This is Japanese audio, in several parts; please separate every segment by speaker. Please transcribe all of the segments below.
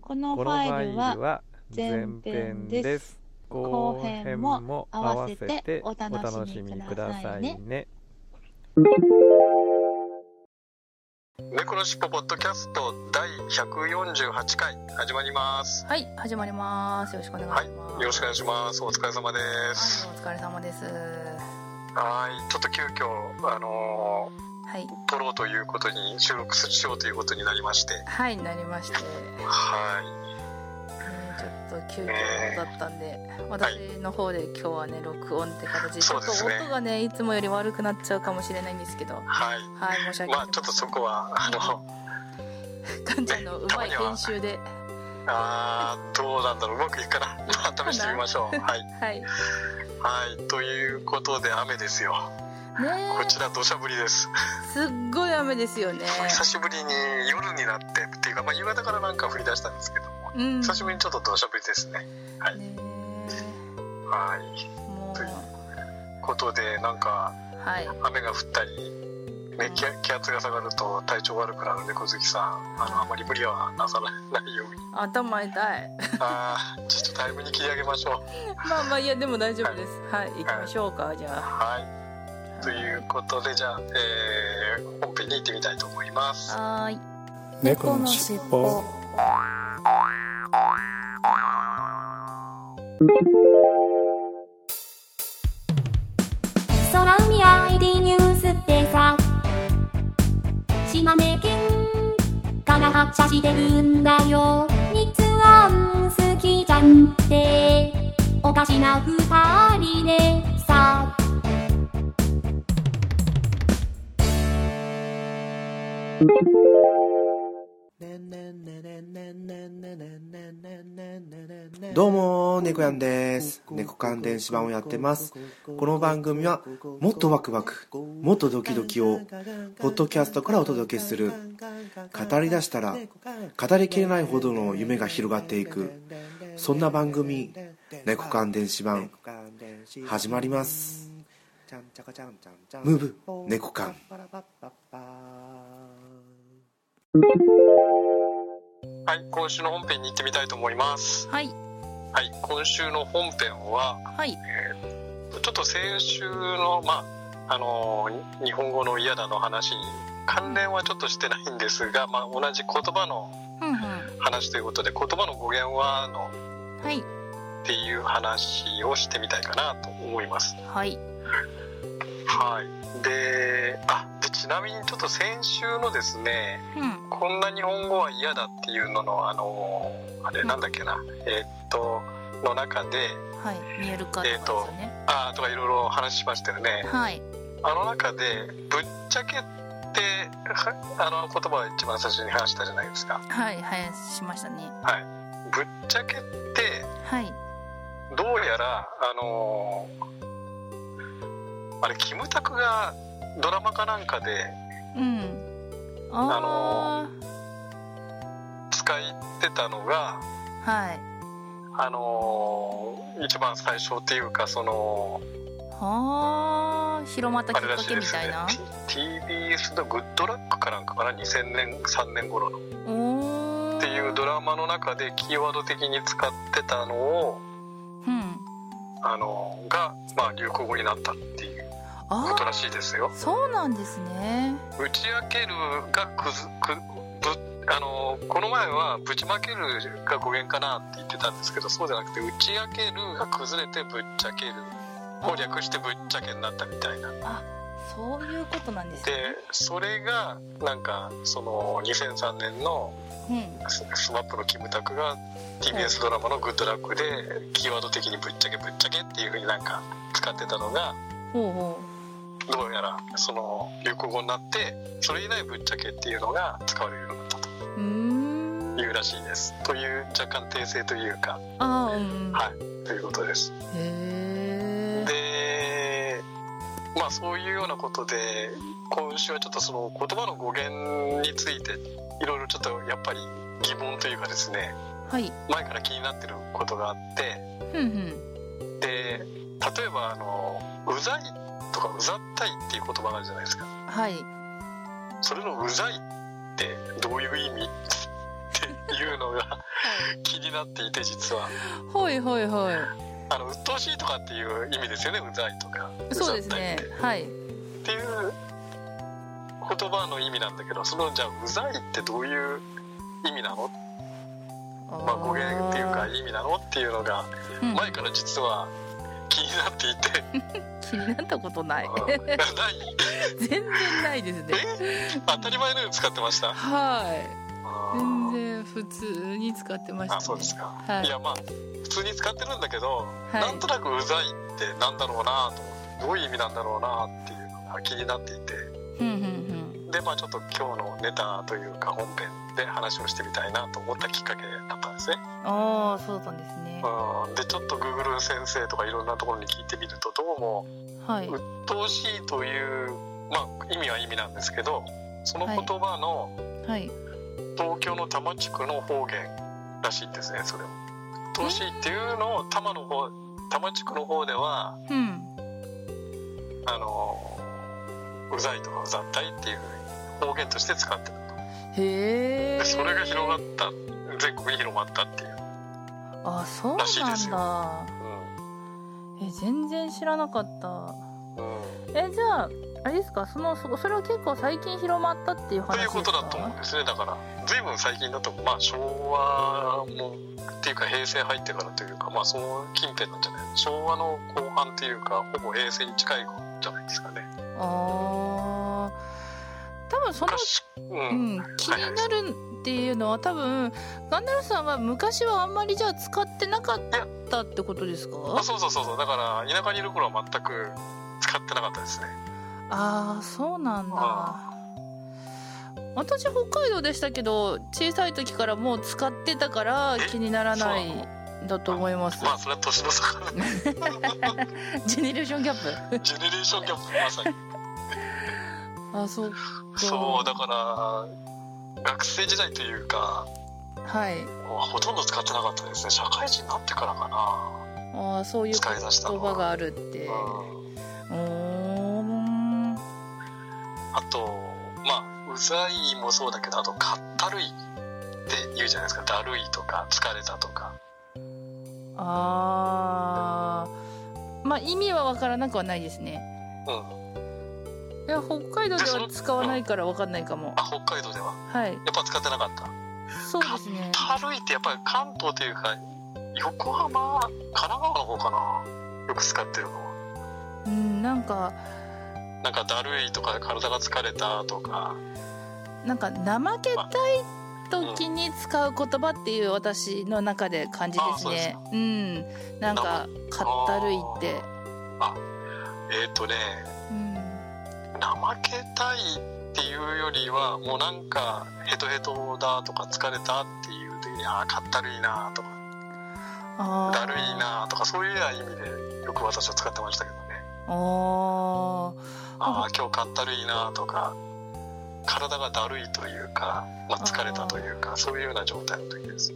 Speaker 1: こ
Speaker 2: この
Speaker 1: のフ
Speaker 2: フ
Speaker 1: ァ
Speaker 2: ァ
Speaker 1: イ
Speaker 2: イ
Speaker 1: ル
Speaker 2: ル
Speaker 1: は
Speaker 2: は前
Speaker 1: 前
Speaker 2: 編
Speaker 1: 編
Speaker 2: で
Speaker 1: ですす。
Speaker 2: 後編も合わせてお
Speaker 1: 後編も合わ
Speaker 2: 楽
Speaker 1: せ
Speaker 2: してみくださいね。
Speaker 3: 猫のしっぽポッドキャスト第148回始まります
Speaker 4: はい、始まります。よろしくお願いします。
Speaker 3: よろしくお願いしますお疲れ様です
Speaker 4: はい、お疲れ様です。は
Speaker 3: はいちょっと急遽あの
Speaker 4: い、
Speaker 3: ー撮ろうということに収録しようということになりまして
Speaker 4: はい、なりまして、ね
Speaker 3: は
Speaker 4: ちょっと急遽だったんで、私の方で今日はね、録音って形で、ちょっと
Speaker 3: そうですね
Speaker 4: 音がね、いつもより悪くなっちゃうかもしれないんですけど、はい
Speaker 3: はい
Speaker 4: い、申し訳
Speaker 3: ま
Speaker 4: あ
Speaker 3: あ
Speaker 4: りません。
Speaker 3: ちょっとそ こはあの
Speaker 4: ガンちゃんのうまい編集で、
Speaker 3: あーどうなんだろううまくいくかなまあ試してみましょうはい
Speaker 4: はい。ね
Speaker 3: はいということで雨ですよこちら土砂降りです
Speaker 4: え、すっごい雨ですよね。
Speaker 3: 久しぶりに夜になってっていうかまあ夕方からなんか降り出したんですけども
Speaker 4: うん。
Speaker 3: 久しぶりにちょっと土砂降りですね
Speaker 4: ね
Speaker 3: はい
Speaker 4: えも
Speaker 3: という
Speaker 4: う、
Speaker 3: ことでなんか
Speaker 4: はい。
Speaker 3: 雨が降ったり、ね、気気圧が下がると体調悪くなるんで小月さんあのあまり無理はなさらないように
Speaker 4: 頭痛い。
Speaker 3: ああちょっとタイムに切り上げましょう
Speaker 4: まあまあ、いや、でも大丈夫です。はい、行きましょうか、じゃ
Speaker 3: はい
Speaker 4: あ。
Speaker 3: ということでじゃあ、えー本編に行ってみたいと思います
Speaker 4: はーい。
Speaker 5: 猫
Speaker 6: こ
Speaker 5: の
Speaker 6: の
Speaker 5: し
Speaker 6: し
Speaker 5: っ
Speaker 6: っ
Speaker 5: ぽ
Speaker 6: ぽ。
Speaker 7: 空海 ID ニュースってさ島根県から発車してるんだよ日安好きじゃんっておかしな二人でさ
Speaker 8: どうも、猫やんです。猫関連芝をやってます。この番組は、もっとワクワク、もっとドキドキを、ポッドキャストからお届けする。語り出したら、語りきれないほどの夢が広がっていく。そんな番組、猫関電子版、始まります。ムーブ、猫缶。
Speaker 3: はい今週の本編に行ってみたいと思います
Speaker 4: はい。
Speaker 3: はい今週の本編は
Speaker 4: はい。
Speaker 3: ちょっと先週のまああのに日本語の嫌だの話に関連はちょっとしてないんですが、まあ、同じ言葉の
Speaker 4: うんうん。
Speaker 3: 話ということで言葉の語源はの
Speaker 4: はい。
Speaker 3: っていう話をしてみたいかなと思います。
Speaker 4: はい。
Speaker 3: はい。で、あ、でちなみにちょっと先週のですね、
Speaker 4: うん。
Speaker 3: こんな日本語は嫌だっていうののあのあれなんだっけな、えーっとの中で、
Speaker 4: はい。見えるかとかですよね。
Speaker 3: あーとかいろいろ話しましたよね。
Speaker 4: はい。
Speaker 3: あの中でぶっちゃけってはあの言葉を一番最初に話したじゃないですか。
Speaker 4: はい。はい。しましたね。
Speaker 3: ぶっちゃけって
Speaker 4: はい。
Speaker 3: どうやらあのーあれキムタクがドラマかなんかで
Speaker 4: うん。あ
Speaker 3: 使ってたのが
Speaker 4: あ。はい。
Speaker 3: あのー一番最初っていうかその
Speaker 4: はあ。広まったき
Speaker 3: あ
Speaker 4: っ
Speaker 3: れら
Speaker 4: か
Speaker 3: しい
Speaker 4: け
Speaker 3: で
Speaker 4: み
Speaker 3: す
Speaker 4: たい
Speaker 3: ね
Speaker 4: な。
Speaker 3: T- TBS の「グッドラック」かなんかかな2000年3年頃のっ
Speaker 4: おお。
Speaker 3: ていうドラマの中でキーワード的に使ってたのを
Speaker 4: うん。
Speaker 3: あのーが、まあ、流行語になったっていうこ
Speaker 4: あ
Speaker 3: とらしいですよ
Speaker 4: あ。。そうなんですね。
Speaker 3: 打ち明けるがくずくぶあのこの前は「ぶちまける」が語源かなって言ってたんですけどそうじゃなくて「打ち明ける」が崩れて「ぶっちゃける」を略して「ぶっちゃけ」になったみたいな
Speaker 4: そういうことなんですね。
Speaker 3: でそれがなんかその2003年の
Speaker 4: うん。
Speaker 3: ス SMAP のキムタクが TBS ドラマの「グッドラック」でキーワード的に「ぶっちゃけぶっちゃけ」っていう風になんか使ってたのが
Speaker 4: ほうほ
Speaker 3: どうやらその流行語になってそれ以来「ぶっちゃけ」っていうのが使われるようになったと。
Speaker 4: う。うーん。
Speaker 3: 言うらしいですという若干訂正というか
Speaker 4: ああうん
Speaker 3: はいということです
Speaker 4: へ
Speaker 3: で
Speaker 4: え
Speaker 3: まあそういうようなことで今週はちょっとその言葉の語源についていろいろちょっとやっぱり疑問というかですね
Speaker 4: はい
Speaker 3: 前から気になってることがあって
Speaker 4: ふんふん
Speaker 3: で例えばあのうざいとかうざったいっていう言葉があるじゃないですか
Speaker 4: はい
Speaker 3: それのうざいってどういう意味 っていうのが気になっていて実は
Speaker 4: ほいほいほい
Speaker 3: あの鬱陶しいとかっていう意味ですよねうざいとか
Speaker 4: そうですね
Speaker 3: うざったい
Speaker 4: はい
Speaker 3: っていう言葉の意味なんだけどそのじゃあうざいってどういう意味なの、まあ、語源っていうか意味なのっていうのが
Speaker 4: うん
Speaker 3: 前から実は気になっていて、
Speaker 4: 気になったことない
Speaker 3: うんない
Speaker 4: 全然ないですね
Speaker 3: 当たり前のように使ってました
Speaker 4: はい全然普通に使ってました、ね、
Speaker 3: あそうですか、、
Speaker 4: はいい
Speaker 3: やまあ普通に使ってるんだけど、
Speaker 4: はい
Speaker 3: なんとなくうざいってなんだろうなとどういう意味なんだろうなっていうのが気になっていて
Speaker 4: ふんふん
Speaker 3: でまあちょっと今日のネタというか本編で話をしてみたいなと思ったきっかけだったんですね、
Speaker 4: ふんああそうだったんですね
Speaker 3: うん、でちょっと Google 先生とかいろんなところに聞いてみるとどうも
Speaker 4: はいう
Speaker 3: 鬱陶しいという、まあ、意味は意味なんですけどその言葉の
Speaker 4: はい
Speaker 3: 東京の多摩地区の方言らしいんですねそれを。投資っていうのを多摩の方多摩地区の方では
Speaker 4: うん
Speaker 3: あのうざいとかうざったいっていう方言として使ってる
Speaker 4: へえ
Speaker 3: でそれが広がった全国に広まったっていう、
Speaker 4: あそう
Speaker 3: らしいで
Speaker 4: な
Speaker 3: す
Speaker 4: んだ
Speaker 3: う
Speaker 4: え全然知らなかった
Speaker 3: んうん、
Speaker 4: えじゃああれですかそのそそれは結構最近広まったっていう
Speaker 3: と
Speaker 4: 話
Speaker 3: い
Speaker 4: で
Speaker 3: う
Speaker 4: すか
Speaker 3: ことだと思うんですねだから随分最近だと、まあ、昭和もっていうか平成入ってからというか、まあ、その近辺なんじゃない昭和の後半っていうかほぼ平成に近い頃じゃないですかね。
Speaker 4: あー多分その
Speaker 3: 昔う
Speaker 4: うんん、気になるっていうのは多分ガンダルフさんは昔はあんまりじゃあ使ってなかったってことです
Speaker 3: あ
Speaker 4: か
Speaker 3: そうそうそうそうだから田舎にいる頃は全く使ってなかったですね
Speaker 4: ああそうなんだ
Speaker 3: あ
Speaker 4: 私北海道でしたけど小さい時からもう使ってたから気にならないだと思います
Speaker 3: まあそれは年の差がね
Speaker 4: ジェネレーションギャップ
Speaker 3: ジェネレーションギャップまさに
Speaker 4: あそう
Speaker 3: そうだから学生時代というか
Speaker 4: はい
Speaker 3: もうほとんど使ってなかったですね社会人になってからかな
Speaker 4: ああそういう
Speaker 3: 使い出した
Speaker 4: 言
Speaker 3: の
Speaker 4: 葉
Speaker 3: は
Speaker 4: があるって
Speaker 3: うん
Speaker 4: うーん
Speaker 3: あとまあうざいもそうだけどあとかったるいって言うじゃないですかだるいとか疲れたとか
Speaker 4: あーまあ意味はわからなくはないですね
Speaker 3: うん
Speaker 4: いや北海道では使わないから分かんないかも
Speaker 3: あ北海道では
Speaker 4: はい
Speaker 3: やっぱ使ってなかった
Speaker 4: そうですね
Speaker 3: 軽いってやっぱり関東というか横浜神奈川の方かなよく使ってるのは
Speaker 4: うんなんか
Speaker 3: なんかだるいとか体が疲れたとか
Speaker 4: なんか怠けたい時に使う言葉っていう私の中で感じですね
Speaker 3: あ
Speaker 4: うんなんかかったるいって
Speaker 3: あえっ、とね
Speaker 4: うん
Speaker 3: 怠けたいっていうよりはもうなんかヘトヘトだとか疲れたっていう時にああかったるいなとか
Speaker 4: あー
Speaker 3: だるいなとかそういうような意味でよく私は使ってましたけどね
Speaker 4: あー
Speaker 3: ああ今日かったるいなとか体がだるいというか、まあ、疲れたというかそういうような状態の時です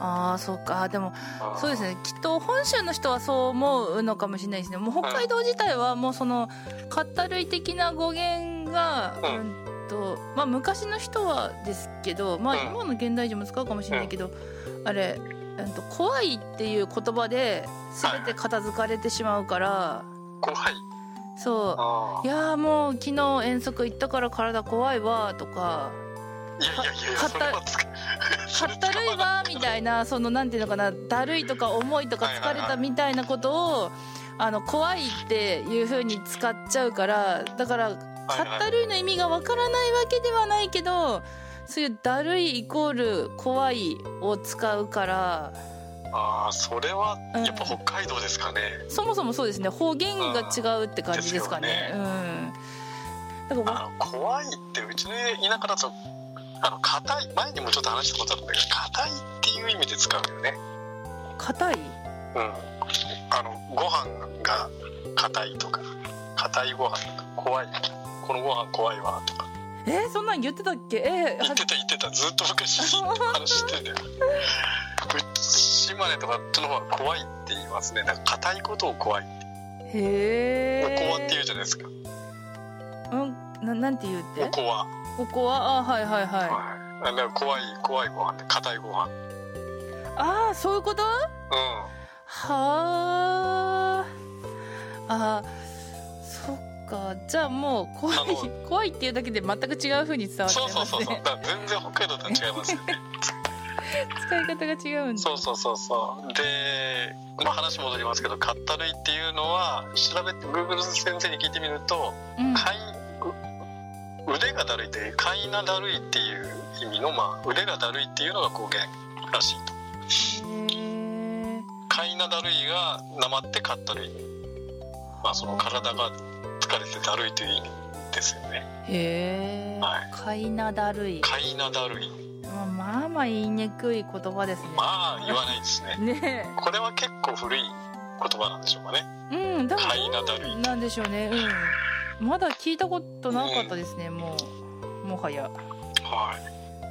Speaker 4: あーそっかでも
Speaker 3: あー
Speaker 4: そうですねきっと本州の人はそう思うのかもしれないですねもう北海道自体はもうそのかったるい的な語源が、う
Speaker 3: うん
Speaker 4: んとまあ、昔の人はですけど、まあ、
Speaker 3: うん
Speaker 4: 今の現代人も使うかもしれないけど、あれ、うん、と怖いっていう言葉で全て片付かれてしまうから
Speaker 3: 怖い
Speaker 4: そ
Speaker 3: あ
Speaker 4: う「いやーもう昨日遠足行ったから体怖いわ」とか
Speaker 3: ーいやいやいやいや
Speaker 4: か
Speaker 3: それはつか
Speaker 4: 「かったるいわ」みたいなそのなんていうのかなだるいとか重いとか
Speaker 3: はいは
Speaker 4: 疲
Speaker 3: い
Speaker 4: れ
Speaker 3: はい
Speaker 4: たみたいなことをあの怖いっていう風に使っちゃうからだからかったるいの意味がわからないわけではないけどそういうだるいイコール怖いを使うから
Speaker 3: ああそれは
Speaker 4: うん
Speaker 3: やっぱ北海道ですかね、
Speaker 4: そもそもそうですね方言が違うって感じですかね。うんだからわ
Speaker 3: あの怖いってうちの田舎だとあの硬い前にもちょっと話したことあるんだけど硬いっていう意味で使うよね
Speaker 4: 硬い
Speaker 3: うんあのご飯が硬いとか硬いご飯が怖いこのご飯怖いわとか
Speaker 4: えーそんなん言ってたっけえー
Speaker 3: 言
Speaker 4: は
Speaker 3: ってた言ってたずっと昔話してん だよう島根とかあっちの方が怖いって言いますねなんか硬いことを怖いお
Speaker 4: へえ
Speaker 3: こわって言うじゃないですか
Speaker 4: うんななんて言うっ
Speaker 3: お
Speaker 4: て
Speaker 3: こわ
Speaker 4: おこわあーはいはいは
Speaker 3: はいあだから怖い怖いご飯ね硬いご飯うん
Speaker 4: いああそういうことはああーそっかじゃあもう怖い
Speaker 3: あの
Speaker 4: 怖いっていうだけで全く違う風に伝わって
Speaker 3: そう
Speaker 4: ま
Speaker 3: そうそう
Speaker 4: す
Speaker 3: そう
Speaker 4: ね
Speaker 3: だから全然北海道とは違いますよね
Speaker 4: 使い方が違うんだ
Speaker 3: そうそうそうそうで、まあ、話戻りますけどかったるいっていうのは調べて Google 先生に聞いてみると
Speaker 4: うん
Speaker 3: かいう腕がだるいってかいなだるいっていう意味の、まあ、腕がだるいっていうのが語源らしいと
Speaker 4: へえ
Speaker 3: かいなだるいがなまってかったるいまあその体が疲れてだるいという意味ですよね
Speaker 4: へえ
Speaker 3: は
Speaker 4: かいなだるい
Speaker 3: かいなだるい
Speaker 4: まあまあまあ言いにくい言葉ですね
Speaker 3: まあ言わないですね
Speaker 4: ね
Speaker 3: これは結構古い言葉なんでしょうかね
Speaker 4: えうんだから
Speaker 3: かいなだるい
Speaker 4: なんでしょうねうんまだ聞いたことなかったですねもうもはや
Speaker 3: は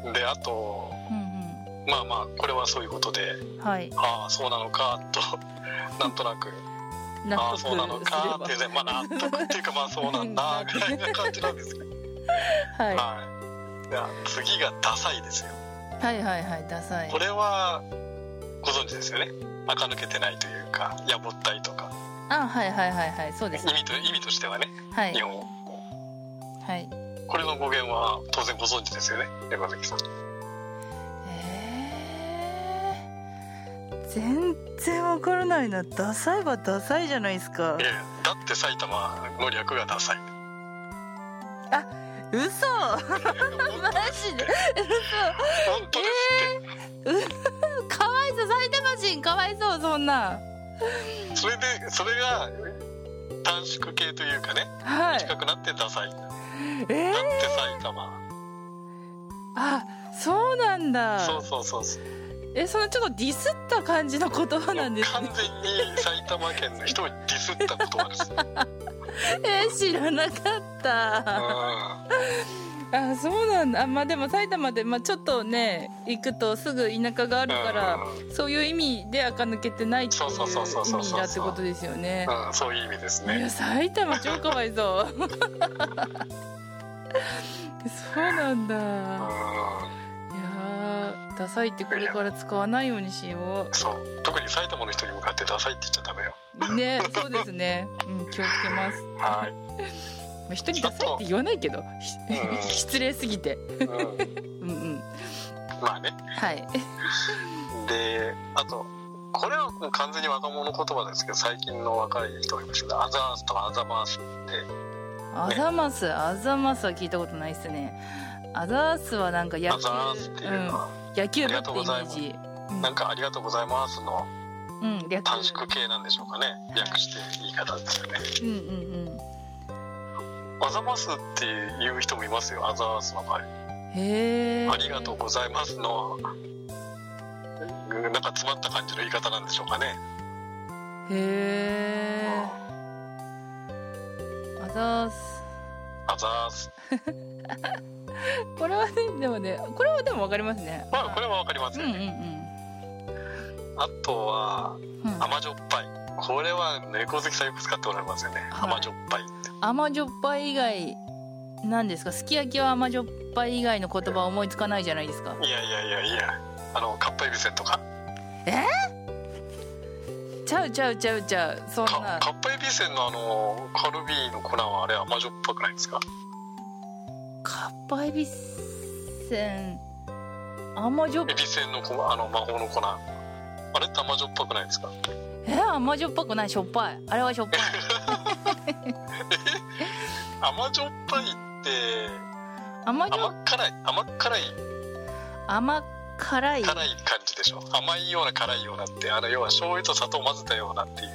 Speaker 3: いであと
Speaker 4: うん
Speaker 3: まあまあこれはそういうことで
Speaker 4: うんはい
Speaker 3: ああそうなのかと なんとなく
Speaker 4: 納
Speaker 3: ああ
Speaker 4: 得す
Speaker 3: そうなのかって
Speaker 4: れ
Speaker 3: ねまあ納得っていうかまあそうなんだぐらいな感じなんですけど、
Speaker 4: ばはい
Speaker 3: はい、では次がダサいですよ
Speaker 4: はいはいはいダサい
Speaker 3: これはご存知ですよね垢抜けてないというかやぼったいとか
Speaker 4: あはいはいはいはいそう
Speaker 3: 意
Speaker 4: です
Speaker 3: 味と意味としてはね
Speaker 4: はい
Speaker 3: 日本語
Speaker 4: はい
Speaker 3: これの語源は当然ご存知ですよね山崎さん
Speaker 4: えー全然わからないなダサいはダサいじゃないですか
Speaker 3: いやいやだって埼玉の略が ダサい
Speaker 4: 嘘
Speaker 3: 本
Speaker 4: マジで
Speaker 3: 当ですって
Speaker 4: かわいそう埼玉人かわいそうそんな
Speaker 3: それでそれが短縮系というかね
Speaker 4: はい
Speaker 3: 短くなってダサい、だ
Speaker 4: え
Speaker 3: っ
Speaker 4: ー
Speaker 3: て埼玉
Speaker 4: あそうなんだ
Speaker 3: そうそうそうそう
Speaker 4: えそのちょっとディスった感じの言葉なんです
Speaker 3: 完
Speaker 4: ね
Speaker 3: 全に埼玉県の人をディスった言葉 です、うん、
Speaker 4: えー知らなかったあそうなんだあまあでも埼玉で、まあ、ちょっとね行くとすぐ田舎があるからそういう意味で垢抜けてないっていう
Speaker 3: そうそうそうそう
Speaker 4: 意
Speaker 3: そう
Speaker 4: 味だってことですよね
Speaker 3: うん、うん、そういう意味です
Speaker 4: いや
Speaker 3: ね
Speaker 4: 埼玉超かわいそうそうなんだ
Speaker 3: うん
Speaker 4: いやーダサいってこれから使わないようにしよ
Speaker 3: そう特に埼玉の人に向かってダサいって言っちゃダメよ
Speaker 4: うねそうですね、うん、気をつけます
Speaker 3: はい、
Speaker 4: まあ人にダサいって言わないけどひ
Speaker 3: うん
Speaker 4: 失礼すぎて
Speaker 3: うん、
Speaker 4: うんうん
Speaker 3: まあね
Speaker 4: はい
Speaker 3: であとこれはもう完全に若者言葉ですけど最近の若い人がいましたけどアザースとかアザマース
Speaker 4: アザマスアザマスは聞いたことないですねアザースはなんか野
Speaker 3: ア
Speaker 4: 球
Speaker 3: ザースっていうのは、
Speaker 4: うん、野球部ってイメージ
Speaker 3: なんか「ありがとうございます」の
Speaker 4: うん、うん、略
Speaker 3: 短縮系なんでしょうかね略して言い方ですよね
Speaker 4: うんうんうん
Speaker 3: 「あざます」っていう人もいますよ「あざーす」の場合「
Speaker 4: へえ
Speaker 3: ありがとうございます」のうんなんか詰まった感じの言い方なんでしょうかね
Speaker 4: へえアザース
Speaker 3: 「あざーす
Speaker 4: これはねでもねこれはでもわかりますね」
Speaker 3: まあこれはわかります
Speaker 4: うん
Speaker 3: よ
Speaker 4: うん
Speaker 3: ね、あとは
Speaker 4: うんう
Speaker 3: 「
Speaker 4: ん
Speaker 3: 甘じょっぱい」これは猫好きさんよく使っておられますよね「
Speaker 4: はい
Speaker 3: 甘じょっぱい」
Speaker 4: 甘じょっぱい以外なんですかすき焼きは甘じょっぱい以外の言葉は思いつかないじゃないですか
Speaker 3: いやいやいやいやあのかっぱえびせんとか
Speaker 4: ちゃうちゃうちゃうちゃうそん
Speaker 3: か
Speaker 4: な
Speaker 3: かっぱえびせんのあのカルビーの粉はあれ甘じょっぱくないですか
Speaker 4: かっぱえびせん甘じょっ
Speaker 3: エビせんの粉あの魔法の粉あれって甘じょっぱくないですか
Speaker 4: え甘じょっぱくないしょっぱいあれはしょっぱい
Speaker 3: 甘じょっぱいって
Speaker 4: 甘じょ
Speaker 3: 甘辛い甘辛い
Speaker 4: 甘辛い
Speaker 3: 辛い感じでしょ甘いような辛いようなってあの要は醤油と砂糖を混ぜたようなっていう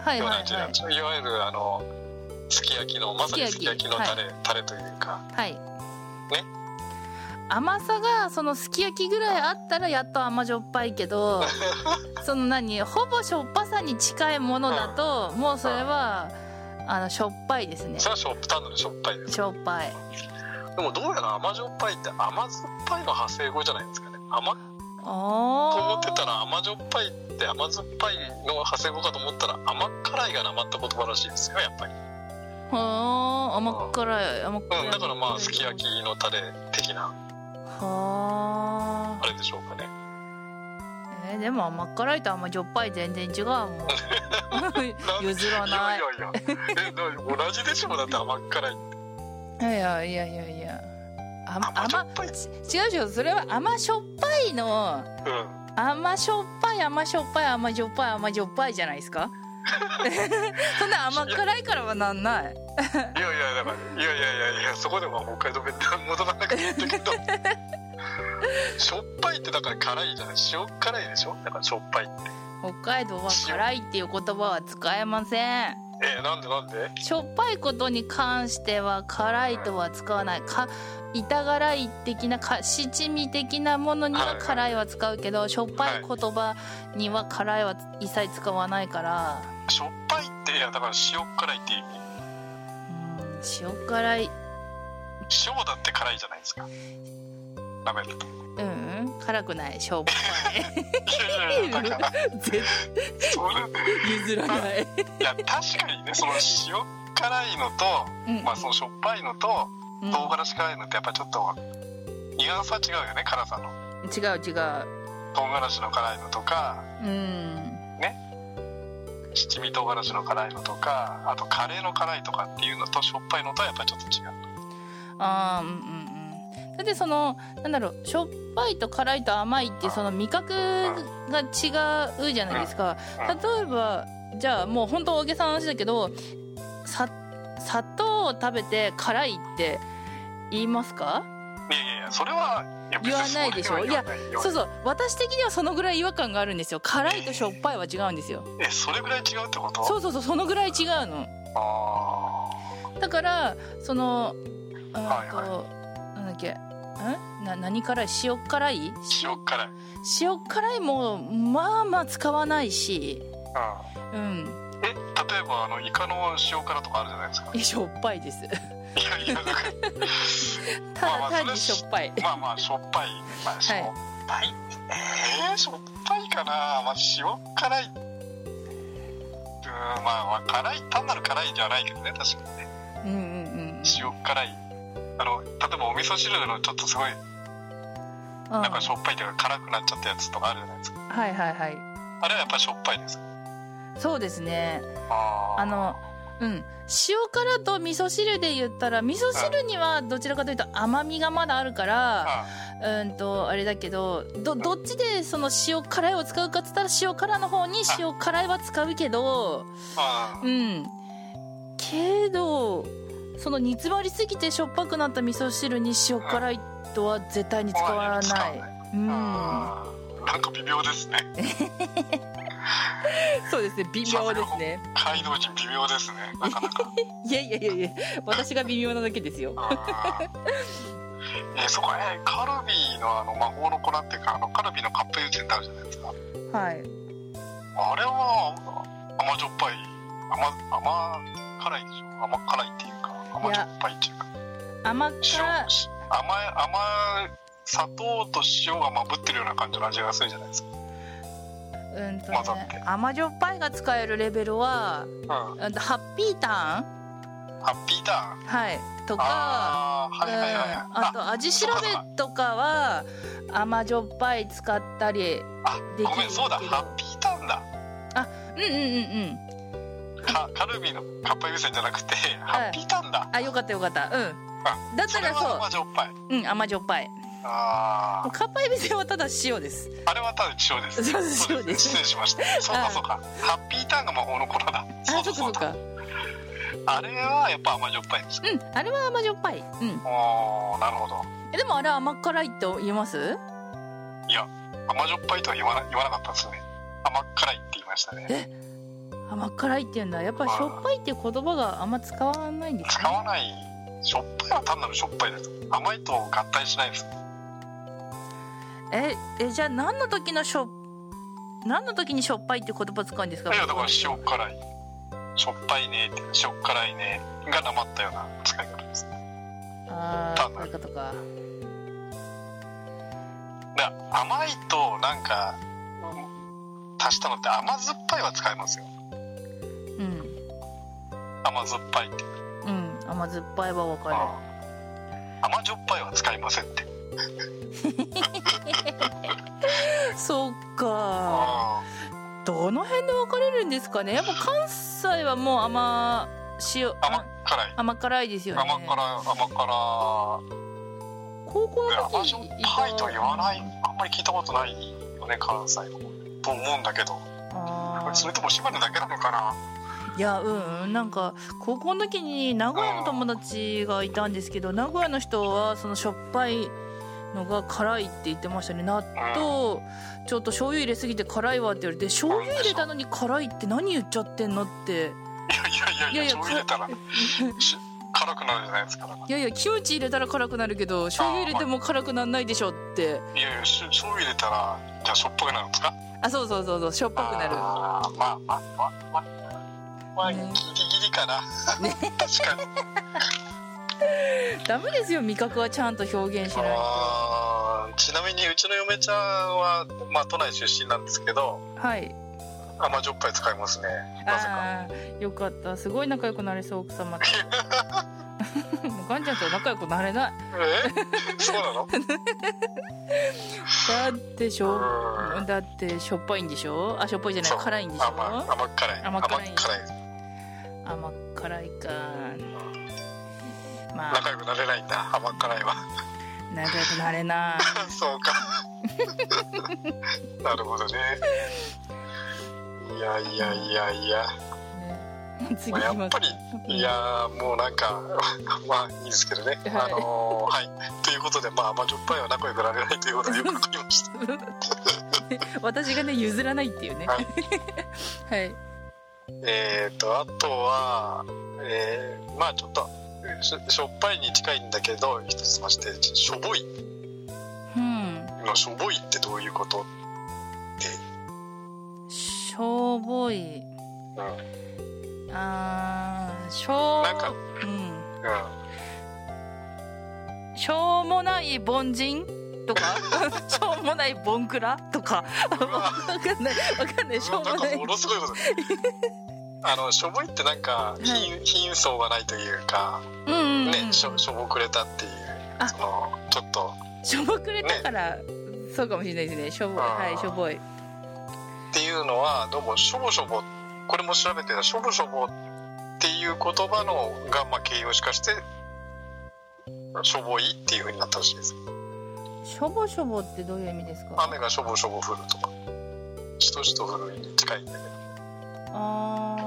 Speaker 4: はい
Speaker 3: ような
Speaker 4: はい
Speaker 3: 味な
Speaker 4: は
Speaker 3: ん
Speaker 4: い
Speaker 3: でしょ、いわゆるあのすき焼きのまさにす
Speaker 4: す
Speaker 3: き
Speaker 4: き
Speaker 3: 焼
Speaker 4: 焼
Speaker 3: きの
Speaker 4: き
Speaker 3: タレ、タレというか
Speaker 4: はい甘さがそのすき焼きぐらいあったらやっと甘じょっぱい けどその何ほぼしょっぱさに近いものだともうそれはあのしょっぱいですね
Speaker 3: それはしょっぱ単なるしょっぱいです
Speaker 4: しょっぱい
Speaker 3: でもどうやら甘じょっぱいって甘酸っぱいの派生語じゃないですかね甘っと思
Speaker 4: あ
Speaker 3: ってた
Speaker 4: ー
Speaker 3: ら甘じょっぱいって甘酸っぱいの派生語かと思ったら甘辛いがなまった言葉らしいですよやっぱり、
Speaker 4: はあ甘っ辛い甘っ辛い
Speaker 3: うん、だからまあすき焼きのタレ的な
Speaker 4: は
Speaker 3: あれでしょうかね
Speaker 4: あえーでも甘っ辛いと甘じょっぱい全然違うもん譲らない
Speaker 3: いやいやいやえな同じでしょだって甘辛い
Speaker 4: いやいやいやいや甘
Speaker 3: 甘じょっ
Speaker 4: 甘
Speaker 3: ぱい
Speaker 4: ち違うでしょそれは甘しょっぱいの
Speaker 3: うん
Speaker 4: 甘しょっぱい甘しょっぱい甘じょっぱい甘じょっぱいじゃないですか そんな甘辛いからはなんない
Speaker 3: いやいやだからいやいやいやいやそこでは北海道弁で戻らなくていいんだけ どしょっぱいってだから辛いじゃない塩辛いでしょだからしょっぱいって
Speaker 4: 北海道は辛いっていう言葉は使えません
Speaker 3: えー、なんでなんで
Speaker 4: しょっぱいことに関しては辛いとは使わないか痛辛い的なか七味的なものには辛いは使うけどしょっぱい言葉には辛いは一切使わないから、
Speaker 3: しょっぱいっていやだから塩辛いって意味
Speaker 4: うん、塩辛い
Speaker 3: 塩だって辛いじゃないですかダメだと
Speaker 4: うんうん辛くないしょっぱい
Speaker 3: いやいやだから
Speaker 4: 絶対
Speaker 3: それ
Speaker 4: 譲らない
Speaker 3: いや確かにねその塩辛いのと、
Speaker 4: うん
Speaker 3: まあ、そのしょっぱいのと
Speaker 4: うん
Speaker 3: 唐辛子辛いのってやっぱちょっとニュアンスは違うよね辛さの
Speaker 4: 違う違う
Speaker 3: 唐辛子の辛いのとか
Speaker 4: うん
Speaker 3: 七味唐辛子の辛いのとかあとカレーの辛いとかっていうのとしょっぱいのとはやっぱちょっと違う
Speaker 4: あーうんうんうんだってそのなんだろうしょっぱいと辛いと甘いってその味覚が違うじゃないですか
Speaker 3: うん
Speaker 4: 例えばじゃあもう本当大げさな話だけどさ砂糖を食べて辛いって言いますか
Speaker 3: いやいやいやそれはいや別に
Speaker 4: 言わないでしょ
Speaker 3: それは言わな言わ
Speaker 4: そう
Speaker 3: ない
Speaker 4: そう私的にはそのぐらい違和感があるんですよ辛いとしょっぱいは違うんですよ
Speaker 3: えそれぐらい違うってこと
Speaker 4: そうそうそうそのぐらい違うの
Speaker 3: あ
Speaker 4: だからそのうんと、
Speaker 3: はい
Speaker 4: なんだっけんな何辛い塩辛い
Speaker 3: ー塩辛い
Speaker 4: 塩辛いもまあまあ使わないし
Speaker 3: うん
Speaker 4: うん
Speaker 3: え例えばあのイカの塩辛とかあるじゃないですか
Speaker 4: いやしょっぱいで
Speaker 3: い
Speaker 4: す
Speaker 3: やいやだから
Speaker 4: た
Speaker 3: まあま
Speaker 4: だ
Speaker 3: あ
Speaker 4: 単にしょっぱい
Speaker 3: まあまあしょっぱいまあしょっぱい、えー、しょっぱいかなまあ塩辛いうーんまあまあ辛い単なる辛いじゃないけどね確かにね
Speaker 4: うんうんうん
Speaker 3: 塩辛いあの例えばお味噌汁のちょっとすごい
Speaker 4: うん
Speaker 3: なんかしょっぱいというか辛くなっちゃったやつとかあるじゃないですか
Speaker 4: はいはいは
Speaker 3: あれはやっぱしょっぱいです
Speaker 4: いそうですね
Speaker 3: あー
Speaker 4: あのうん塩辛と味噌汁で言ったら味噌汁にはどちらかというと甘みがまだあるから
Speaker 3: あ
Speaker 4: うんとあれだけどどどっちでその塩辛いを使うかっつったら塩辛の方に塩辛いは使うけど
Speaker 3: あー
Speaker 4: うんけどその煮詰まりすぎてしょっぱくなった味噌汁に塩辛いとは絶対に使わ
Speaker 3: 使
Speaker 4: な
Speaker 3: わ
Speaker 4: い
Speaker 3: な
Speaker 4: うん
Speaker 3: あーなんか微妙ですね
Speaker 4: そうですね微妙ですね
Speaker 3: 街道人微妙ですねなかなか
Speaker 4: いやいやいやいや私が微妙なだけですよ
Speaker 3: あー えーそこねカルビーのあの魔法の粉っていうかあのカルビーのカップユーチューブってあるじゃないですか
Speaker 4: はい
Speaker 3: あれは甘じょっぱい甘甘辛いでしょ甘辛いっていうか甘じょっぱいっていうか
Speaker 4: 甘
Speaker 3: 塩
Speaker 4: 辛
Speaker 3: し甘い甘い砂糖と塩がまぶってるような感じの味がするじゃないですか、
Speaker 4: うんと
Speaker 3: 混ざって
Speaker 4: ね甘じょっぱいが使えるレベルは
Speaker 3: うん、ハ
Speaker 4: うんとハッピータ
Speaker 3: ッピーターン
Speaker 4: ーンはいとか
Speaker 3: ああーはいはいはいはい
Speaker 4: うんあと味調べとかは甘じょっぱい使ったり
Speaker 3: あ
Speaker 4: できるけど
Speaker 3: ごめんそうだハッピーターンだ
Speaker 4: うんうんうんうん
Speaker 3: かカルビーのカップ優先じゃなくて、ハッピーターンだ
Speaker 4: あよかったよかったうんだったら
Speaker 3: れは
Speaker 4: そ
Speaker 3: 甘じょっぱいう
Speaker 4: うん甘じょっぱい
Speaker 3: あ
Speaker 4: カッパエビせんはただ塩です
Speaker 3: ああれはただ塩です
Speaker 4: そうです
Speaker 3: そうです
Speaker 4: 塩
Speaker 3: 失礼しましたそう
Speaker 4: あ
Speaker 3: か
Speaker 4: ー
Speaker 3: そうかハッピーターンが魔法の粉だ
Speaker 4: あ
Speaker 3: そうだ
Speaker 4: そっかそ
Speaker 3: そ
Speaker 4: っ
Speaker 3: うだ
Speaker 4: か
Speaker 3: あれはやっぱ甘じょっぱいです
Speaker 4: うんあれは甘じょっぱいうん
Speaker 3: おーなるほど
Speaker 4: えでもあれ甘辛いと言います
Speaker 3: いや甘じょっぱいとは言わな言わなかったですね甘辛いって言いましたね
Speaker 4: 甘辛いっていうんだやっぱりしょっぱいっていう言葉があんま使わないんです
Speaker 3: 使
Speaker 4: ね
Speaker 3: わないしょっぱいは単なるしょっぱいです甘いと合体しないです
Speaker 4: ええじゃあ何の時のしょ何の時にしょっぱいって言葉使うんですか
Speaker 3: いやだから塩辛いしょっぱいねって塩辛いねがなまったような使い方です
Speaker 4: ああそういうことか
Speaker 3: だから甘いとなんか足したのって甘酸っぱいは使えますよ
Speaker 4: うん
Speaker 3: 甘酸っぱいって
Speaker 4: うん甘酸っぱいは分か
Speaker 3: あ甘じょっぱいは使いませんって
Speaker 4: るそっかどの辺で分かれるんですかねやっぱ関西はもう甘塩
Speaker 3: 甘
Speaker 4: あ
Speaker 3: 辛い
Speaker 4: 甘辛いですよね
Speaker 3: 甘辛い甘辛
Speaker 4: 高校
Speaker 3: い
Speaker 4: の
Speaker 3: 甘
Speaker 4: 時
Speaker 3: じょっぱいとは言わないあんまり聞いたことないよね関西のと思うんだけど
Speaker 4: あー
Speaker 3: それとも島根だけなのかない
Speaker 4: やうんうんなんか高校の時に名古屋の友達がいたんですけど名古屋の人はそのしょっぱいのが辛いって言ってましたね納豆ちょっと醤油入れすぎて辛いわって言われて醤油入れたのに辛いって何言っちゃってんのって
Speaker 3: いやいやいやいや醤
Speaker 4: か
Speaker 3: 油入れたらし辛くなるじゃないですかだから
Speaker 4: いやいやキムチ入れたら辛くなるけど醤油入れても辛くならないでしょって
Speaker 3: いやいやし醤油入れたらじゃあしょっぱくなるんですか
Speaker 4: あそうそうそうそうしょっぱくなる
Speaker 3: あーまあまあまあまあまあギリ
Speaker 4: ね
Speaker 3: ギリかな確か に
Speaker 4: ダメですよ味覚はちゃんと表現しないとは
Speaker 3: あーちなみにうちの嫁ちゃんは、まあ、都内出身なんですけど
Speaker 4: い
Speaker 3: 甘じょっぱい使いますねなぜか
Speaker 4: ああよかったすごい仲良くなれそう奥様と もうガンちゃんとは仲良くなれない
Speaker 3: え そうなの
Speaker 4: だってしょ
Speaker 3: う
Speaker 4: だってしょっぱいんでしょあしょっぱいじゃない
Speaker 3: そう
Speaker 4: 辛いんでしょ
Speaker 3: 甘甘辛い
Speaker 4: 甘辛
Speaker 3: 甘辛
Speaker 4: い
Speaker 3: い
Speaker 4: 甘辛いかまあ
Speaker 3: 仲良くなれないんだ甘辛いは
Speaker 4: 仲良くなれない
Speaker 3: そうか なるほどねいやいやいやいや、
Speaker 4: ね次
Speaker 3: ま
Speaker 4: 行
Speaker 3: あ、や
Speaker 4: きま
Speaker 3: っ
Speaker 4: す
Speaker 3: ぱりいやーもうなんか まあいいですけどね、
Speaker 4: はい
Speaker 3: あのーはいということでまあ甘じょっぱいは仲良くなれないということがよくわかりました
Speaker 4: 私がね譲らないっていうね
Speaker 3: はい
Speaker 4: はい
Speaker 3: えー、とあとは、えーまあちょっとししょっぱいに近いんだけど一つましてしょぼい
Speaker 4: うん
Speaker 3: のしょぼいってどういうこと
Speaker 4: しょぼい
Speaker 3: うん、
Speaker 4: あーしょう
Speaker 3: なんか
Speaker 4: うん
Speaker 3: うん、
Speaker 4: しょうもない凡人 とかしょうもないボンクラとか
Speaker 3: うわ
Speaker 4: わかんないわかんないしょう
Speaker 3: な
Speaker 4: も
Speaker 3: ん
Speaker 4: な
Speaker 3: か
Speaker 4: い
Speaker 3: ものすごいことあのしょぼいってなんか
Speaker 4: い
Speaker 3: 貧,、貧相がないというか
Speaker 4: うんうん、うん
Speaker 3: ね、しょしょぼくれたっていう
Speaker 4: あ
Speaker 3: そのちょっと
Speaker 4: しょぼくれたから、そうかもしれないですねしょぼい
Speaker 3: あー
Speaker 4: はいしょぼい
Speaker 3: っていうのはどうもしょぼしょぼこれも調べてたしょぼしょぼっていう言葉のが、まあ、形容詞化してしょぼいっていうふうになったらしいです
Speaker 4: しょぼしょぼってどういう意味ですか
Speaker 3: 雨がしょぼしょぼ降るとかしとしと降るに近いんだけど
Speaker 4: あー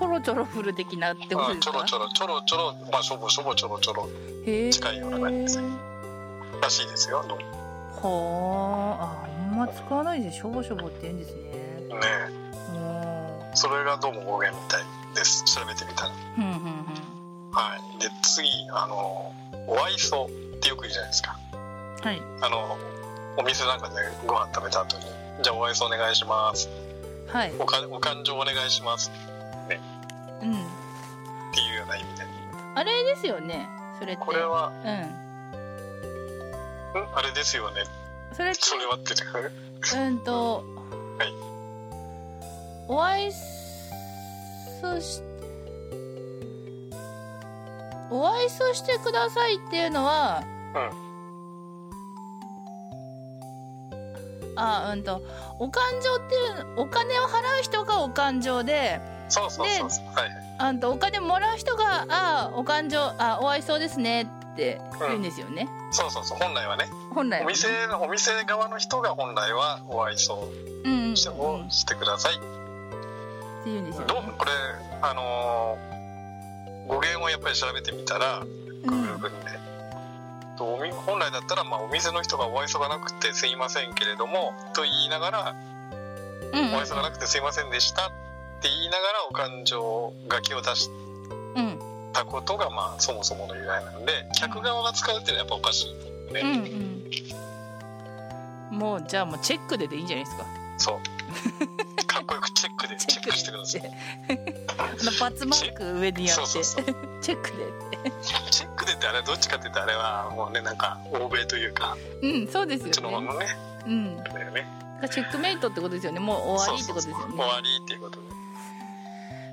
Speaker 4: ちょろちょろ降る的なってこと
Speaker 3: う
Speaker 4: で
Speaker 3: んち
Speaker 4: す
Speaker 3: ょ
Speaker 4: か
Speaker 3: ろちょろちょろちょろまあしょぼしょぼちょろちょろ
Speaker 4: へー
Speaker 3: 近いような感じですらしいですよどうもね
Speaker 4: はーああんま使わないでしょぼしょぼって言うんですねお
Speaker 3: それがどうも語源みたいです調べてみたら
Speaker 4: ふんふんふん
Speaker 3: はいで次あのお愛想ってよく言うじゃないですか
Speaker 4: はい
Speaker 3: あのお店なんかでご飯食べた後に「じゃあお愛想お願いします
Speaker 4: はい
Speaker 3: おかお勘定お願いします」
Speaker 4: うん
Speaker 3: っていうような意味で
Speaker 4: あれですよねそれって
Speaker 3: これは
Speaker 4: うん
Speaker 3: 「んあれですよね
Speaker 4: それって
Speaker 3: それは」って言って
Speaker 4: うんと、
Speaker 3: はい
Speaker 4: お会いそしお会いそしてくださいっていうのは、あうんとお勘定っていうお金を払う人がお勘定で
Speaker 3: そうそうそうそうはい
Speaker 4: あんとお金もらう人が「ああお勘定あお会いそうですね」って言うんですよね、
Speaker 3: そうそうそう本来はね
Speaker 4: 本来
Speaker 3: お
Speaker 4: はね
Speaker 3: 店のお店側の人が本来はお愛想
Speaker 4: うんうんうん、っ
Speaker 3: をしてください、
Speaker 4: て言うんですよ
Speaker 3: どう
Speaker 4: ね
Speaker 3: もこれあのー語源をやっぱり調べてみたら
Speaker 4: う
Speaker 3: Google にね、とおみ本来だったらまあお店の人がお愛想がなくてすいませんけれどもと言いながら
Speaker 4: ん
Speaker 3: お愛想がなくてすいませんでしたって言いながらお勘定書きを出し
Speaker 4: うんうん
Speaker 3: たことがまあそもそもの由来なので客側が使うっていうのはやっぱおかしい、
Speaker 4: うんうんもうじゃあもうチェックででいいんじゃないですか
Speaker 3: そうかっこよくチェックでチェックしてください
Speaker 4: あの バツマーク上にやって
Speaker 3: そうそうそう
Speaker 4: チェックでっ
Speaker 3: チェックでってあれどっちかって言ったらあれはもうねなんか欧米というか
Speaker 4: てうんそうです
Speaker 3: その
Speaker 4: よ
Speaker 3: ま
Speaker 4: ね
Speaker 3: まね
Speaker 4: うんだ
Speaker 3: だよね
Speaker 4: からチェックメイトってことですよねもう終わりってことですよ
Speaker 3: そうそうそう
Speaker 4: ね
Speaker 3: 終わりっていうことで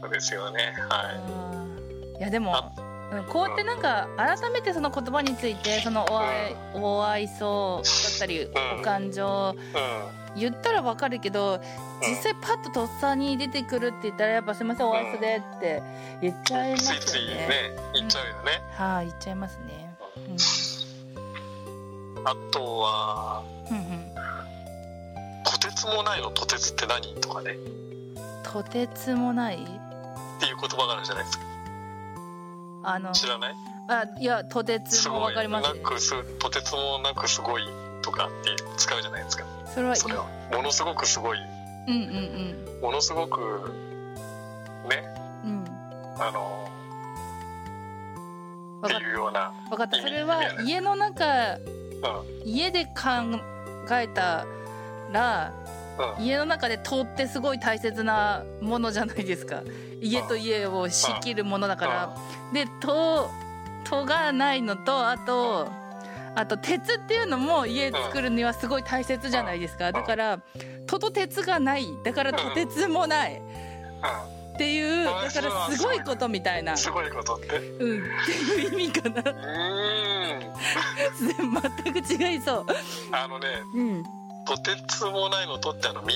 Speaker 3: そうですよねはい
Speaker 4: あーいやでもうんこうやってなんか改めてその言葉についてそのお愛お愛想だったり
Speaker 3: ん
Speaker 4: お感情
Speaker 3: うん
Speaker 4: 言ったらわかるけど実際パッととっさに出てくるって言ったらやっぱすみませんお愛想でって言っちゃいま
Speaker 3: ついつ
Speaker 4: す
Speaker 3: い
Speaker 4: よね。
Speaker 3: ね行っちゃうよね、
Speaker 4: はい、言っちゃいますね。
Speaker 3: あとは
Speaker 4: うんうんうん
Speaker 3: 「とてつもないのとてつって何?」とかねっ
Speaker 4: とてつもない
Speaker 3: ていう言葉があるじゃないですか
Speaker 4: あの
Speaker 3: 知らない
Speaker 4: あいやとてつ
Speaker 3: す
Speaker 4: も
Speaker 3: ご
Speaker 4: わ
Speaker 3: い
Speaker 4: かります
Speaker 3: なくすとてつもなくすごいとかって使うじゃないですか
Speaker 4: それはいい
Speaker 3: それはものすごくすごい
Speaker 4: うんうん
Speaker 3: ものすごくね
Speaker 4: うん
Speaker 3: あの
Speaker 4: うん
Speaker 3: って
Speaker 4: わかっ
Speaker 3: いうような
Speaker 4: たわかったそれは家の中
Speaker 3: うん
Speaker 4: 家で考えたら
Speaker 3: うん
Speaker 4: 家の中で通ってすごい大切なものじゃないですか家と家を仕切るものだからで「と」「と」がないのとあとあと鉄っていうのも家作るにはすごい大切じゃないですかだから「と」と鉄がないだから「と鉄もない」っていう
Speaker 3: うん
Speaker 4: だからすごいことみたいな、
Speaker 3: すごいことってう
Speaker 4: うん、っていう意味かな
Speaker 3: ーん
Speaker 4: 全く違いそう
Speaker 3: あのね
Speaker 4: うん
Speaker 3: とてつもないのとってあの道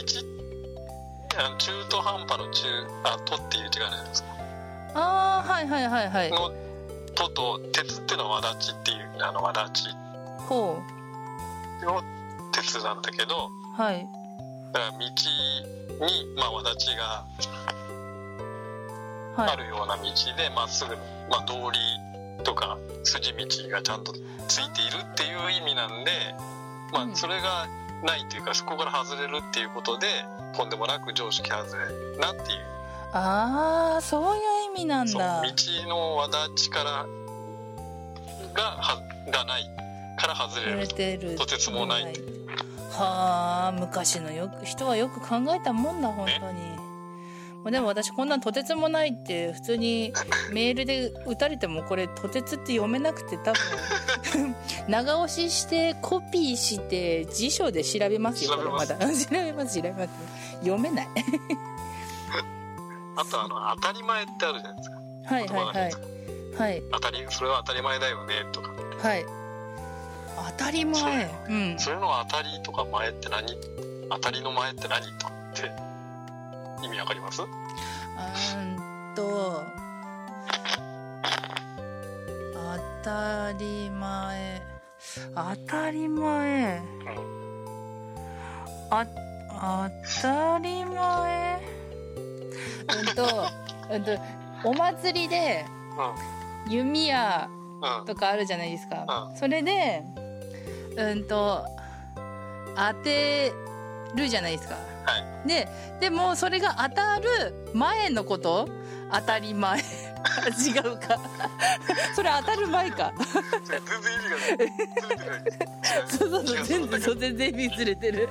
Speaker 3: あの中途半端の中あとっていう字があるじゃないですか
Speaker 4: ああはいはいはいはい
Speaker 3: のとと鉄っていうのはわだちっていうあのわだち
Speaker 4: ほ
Speaker 3: の鉄なんだけど
Speaker 4: うはい
Speaker 3: だから道にまあわだちが
Speaker 4: は
Speaker 3: あ
Speaker 4: い
Speaker 3: るような道でまっすぐ、まあ、道理とか筋道がちゃんとついているっていう意味なんで、ま
Speaker 4: うん
Speaker 3: あ、それがないというかそこから外れるっていうことでとんでもなく常識外れなっていう
Speaker 4: ああそういう意味なん
Speaker 3: そう
Speaker 4: だ
Speaker 3: 道のわだちからがはがないから外
Speaker 4: 触
Speaker 3: れ
Speaker 4: れ
Speaker 3: る
Speaker 4: てる
Speaker 3: とてつもない
Speaker 4: はあ昔のよく人はよく考えたもんだ本当にまあでも私こんなんとてつもないって普通にメールで打たれてもこれとてつって読めなくて多分長押ししてコピーして辞書で調べますよこれまだ調べます調べます読めない
Speaker 3: あとあの当たり前ってあるじゃないですか
Speaker 4: はいはいはいはい
Speaker 3: 当たりそれは当たり前だよねとか
Speaker 4: はい当たり前うん
Speaker 3: それの当たりとか前って何当たりの前って何とかって意味わかります
Speaker 4: あーんと当たり前当たり前あ当たり前うんとうんとお祭りで弓矢
Speaker 3: うん
Speaker 4: とかあるじゃないですか
Speaker 3: う
Speaker 4: それでうんと当てるじゃないですか、
Speaker 3: は
Speaker 4: ででもそれが当たる前のこと当たり前 違うか それ当たる前か
Speaker 3: 全然意味がない。ずれてない。
Speaker 4: そうそう
Speaker 3: 気
Speaker 4: そ
Speaker 3: がする
Speaker 4: う 全
Speaker 3: んだ
Speaker 4: 然
Speaker 3: け
Speaker 4: そう
Speaker 3: ど
Speaker 4: 全然意味ずれてる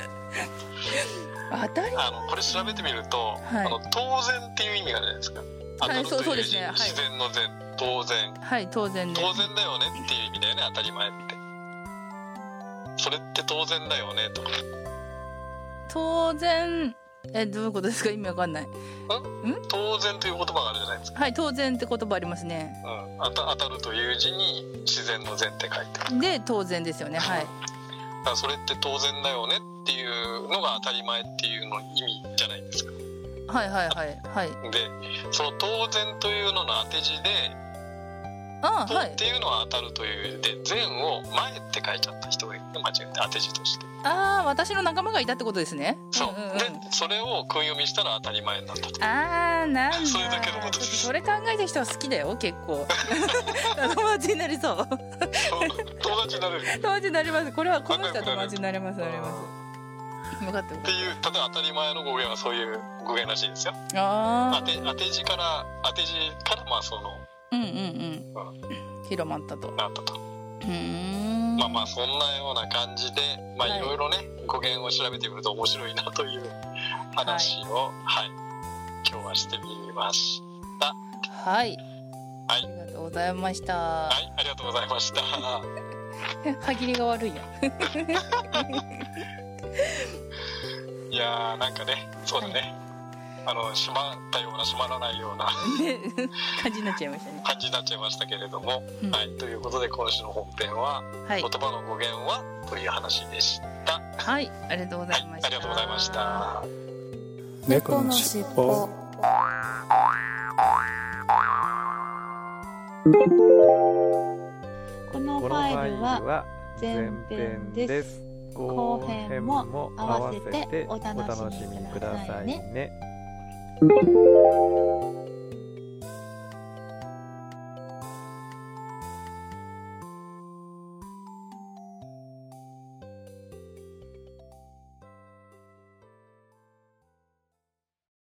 Speaker 4: 当たり
Speaker 3: あのこれ調べてみると、
Speaker 4: はい
Speaker 3: あの当然っていう意味があるじゃないですか。当たる
Speaker 4: そうそ
Speaker 3: と
Speaker 4: う
Speaker 3: い
Speaker 4: で
Speaker 3: う
Speaker 4: す
Speaker 3: 字
Speaker 4: ねはい
Speaker 3: 自然の善、当然、
Speaker 4: はい当然です
Speaker 3: 当然だよねっていう意味だよね、当たり前って。それって当然だよねとか。
Speaker 4: 当然えどういうことですか意味わかんない
Speaker 3: 当然という言葉があるじゃないですか。
Speaker 4: はい当然って言葉ありますね
Speaker 3: うん、あた当たるという字に自然の善って書いてある。
Speaker 4: で当然ですよねはい
Speaker 3: だからそれって当然だよねっていうのが当たり前っていうの意味じゃないですか。
Speaker 4: はいはいはいはい
Speaker 3: で、その当然というのの当て字で、
Speaker 4: あ
Speaker 3: と
Speaker 4: は
Speaker 3: っ
Speaker 4: い
Speaker 3: ていうのは当たるというで善を前って書いちゃった人がいる間違えて当て字として
Speaker 4: ああ私の仲間がいたってことですね
Speaker 3: そう、
Speaker 4: んんん
Speaker 3: でそれを訓読みしたら当たり前になったと
Speaker 4: ああなんだ
Speaker 3: それだけのことです
Speaker 4: ちょっそれ考えた人は好きだよ結 構友達になりそう
Speaker 3: そう友達になれるっ
Speaker 4: 友達になりますこれはこの人は
Speaker 3: 仲良く
Speaker 4: 友
Speaker 3: なる
Speaker 4: 達になりますなりますよかったよ
Speaker 3: ていう例えば当たり前の語源はそういう語源らしいですよ当
Speaker 4: あ
Speaker 3: て当て字から当て字からまあその
Speaker 4: あうんうんうん広まったと
Speaker 3: なったと
Speaker 4: うーん
Speaker 3: まあまあそんなような感じで、まあ、いろいろね、語源を調べてみると面白いなという話を、はい今日はしてみました。
Speaker 4: はい、
Speaker 3: は
Speaker 4: あ
Speaker 3: い
Speaker 4: りがとうございました。
Speaker 3: はい、ありがとうございました。 は
Speaker 4: 歯切りが悪い や。
Speaker 3: いやーなんかね、そうだね。あの閉まったような閉まらないような
Speaker 4: ね感じになっちゃいましたね。
Speaker 3: 感じになっちゃいましたけれども、
Speaker 4: うん
Speaker 3: はいということで今週の本編は
Speaker 4: はい
Speaker 3: 言、葉の語源はという話でした。は
Speaker 4: はい、ありがとうござい
Speaker 3: い
Speaker 4: まし、た。
Speaker 3: ありがとうございました。
Speaker 6: 猫
Speaker 5: 猫の
Speaker 6: の
Speaker 5: し
Speaker 6: し
Speaker 5: っ
Speaker 6: っ
Speaker 5: ぽ
Speaker 6: ぽ。
Speaker 1: このフ
Speaker 2: このフ
Speaker 1: ァ
Speaker 2: ァ
Speaker 1: イ
Speaker 2: イ
Speaker 1: ル
Speaker 2: ル
Speaker 1: は
Speaker 2: は前
Speaker 1: 前
Speaker 2: 編
Speaker 1: 編
Speaker 2: で
Speaker 1: ですす。
Speaker 2: 後編も合わせてお
Speaker 1: 後編も合わ
Speaker 2: 楽
Speaker 1: せてお楽
Speaker 2: し
Speaker 1: し
Speaker 2: み
Speaker 1: み
Speaker 2: く
Speaker 1: く
Speaker 2: だ
Speaker 1: だ
Speaker 2: さ
Speaker 1: さ
Speaker 2: い
Speaker 1: い
Speaker 2: ね。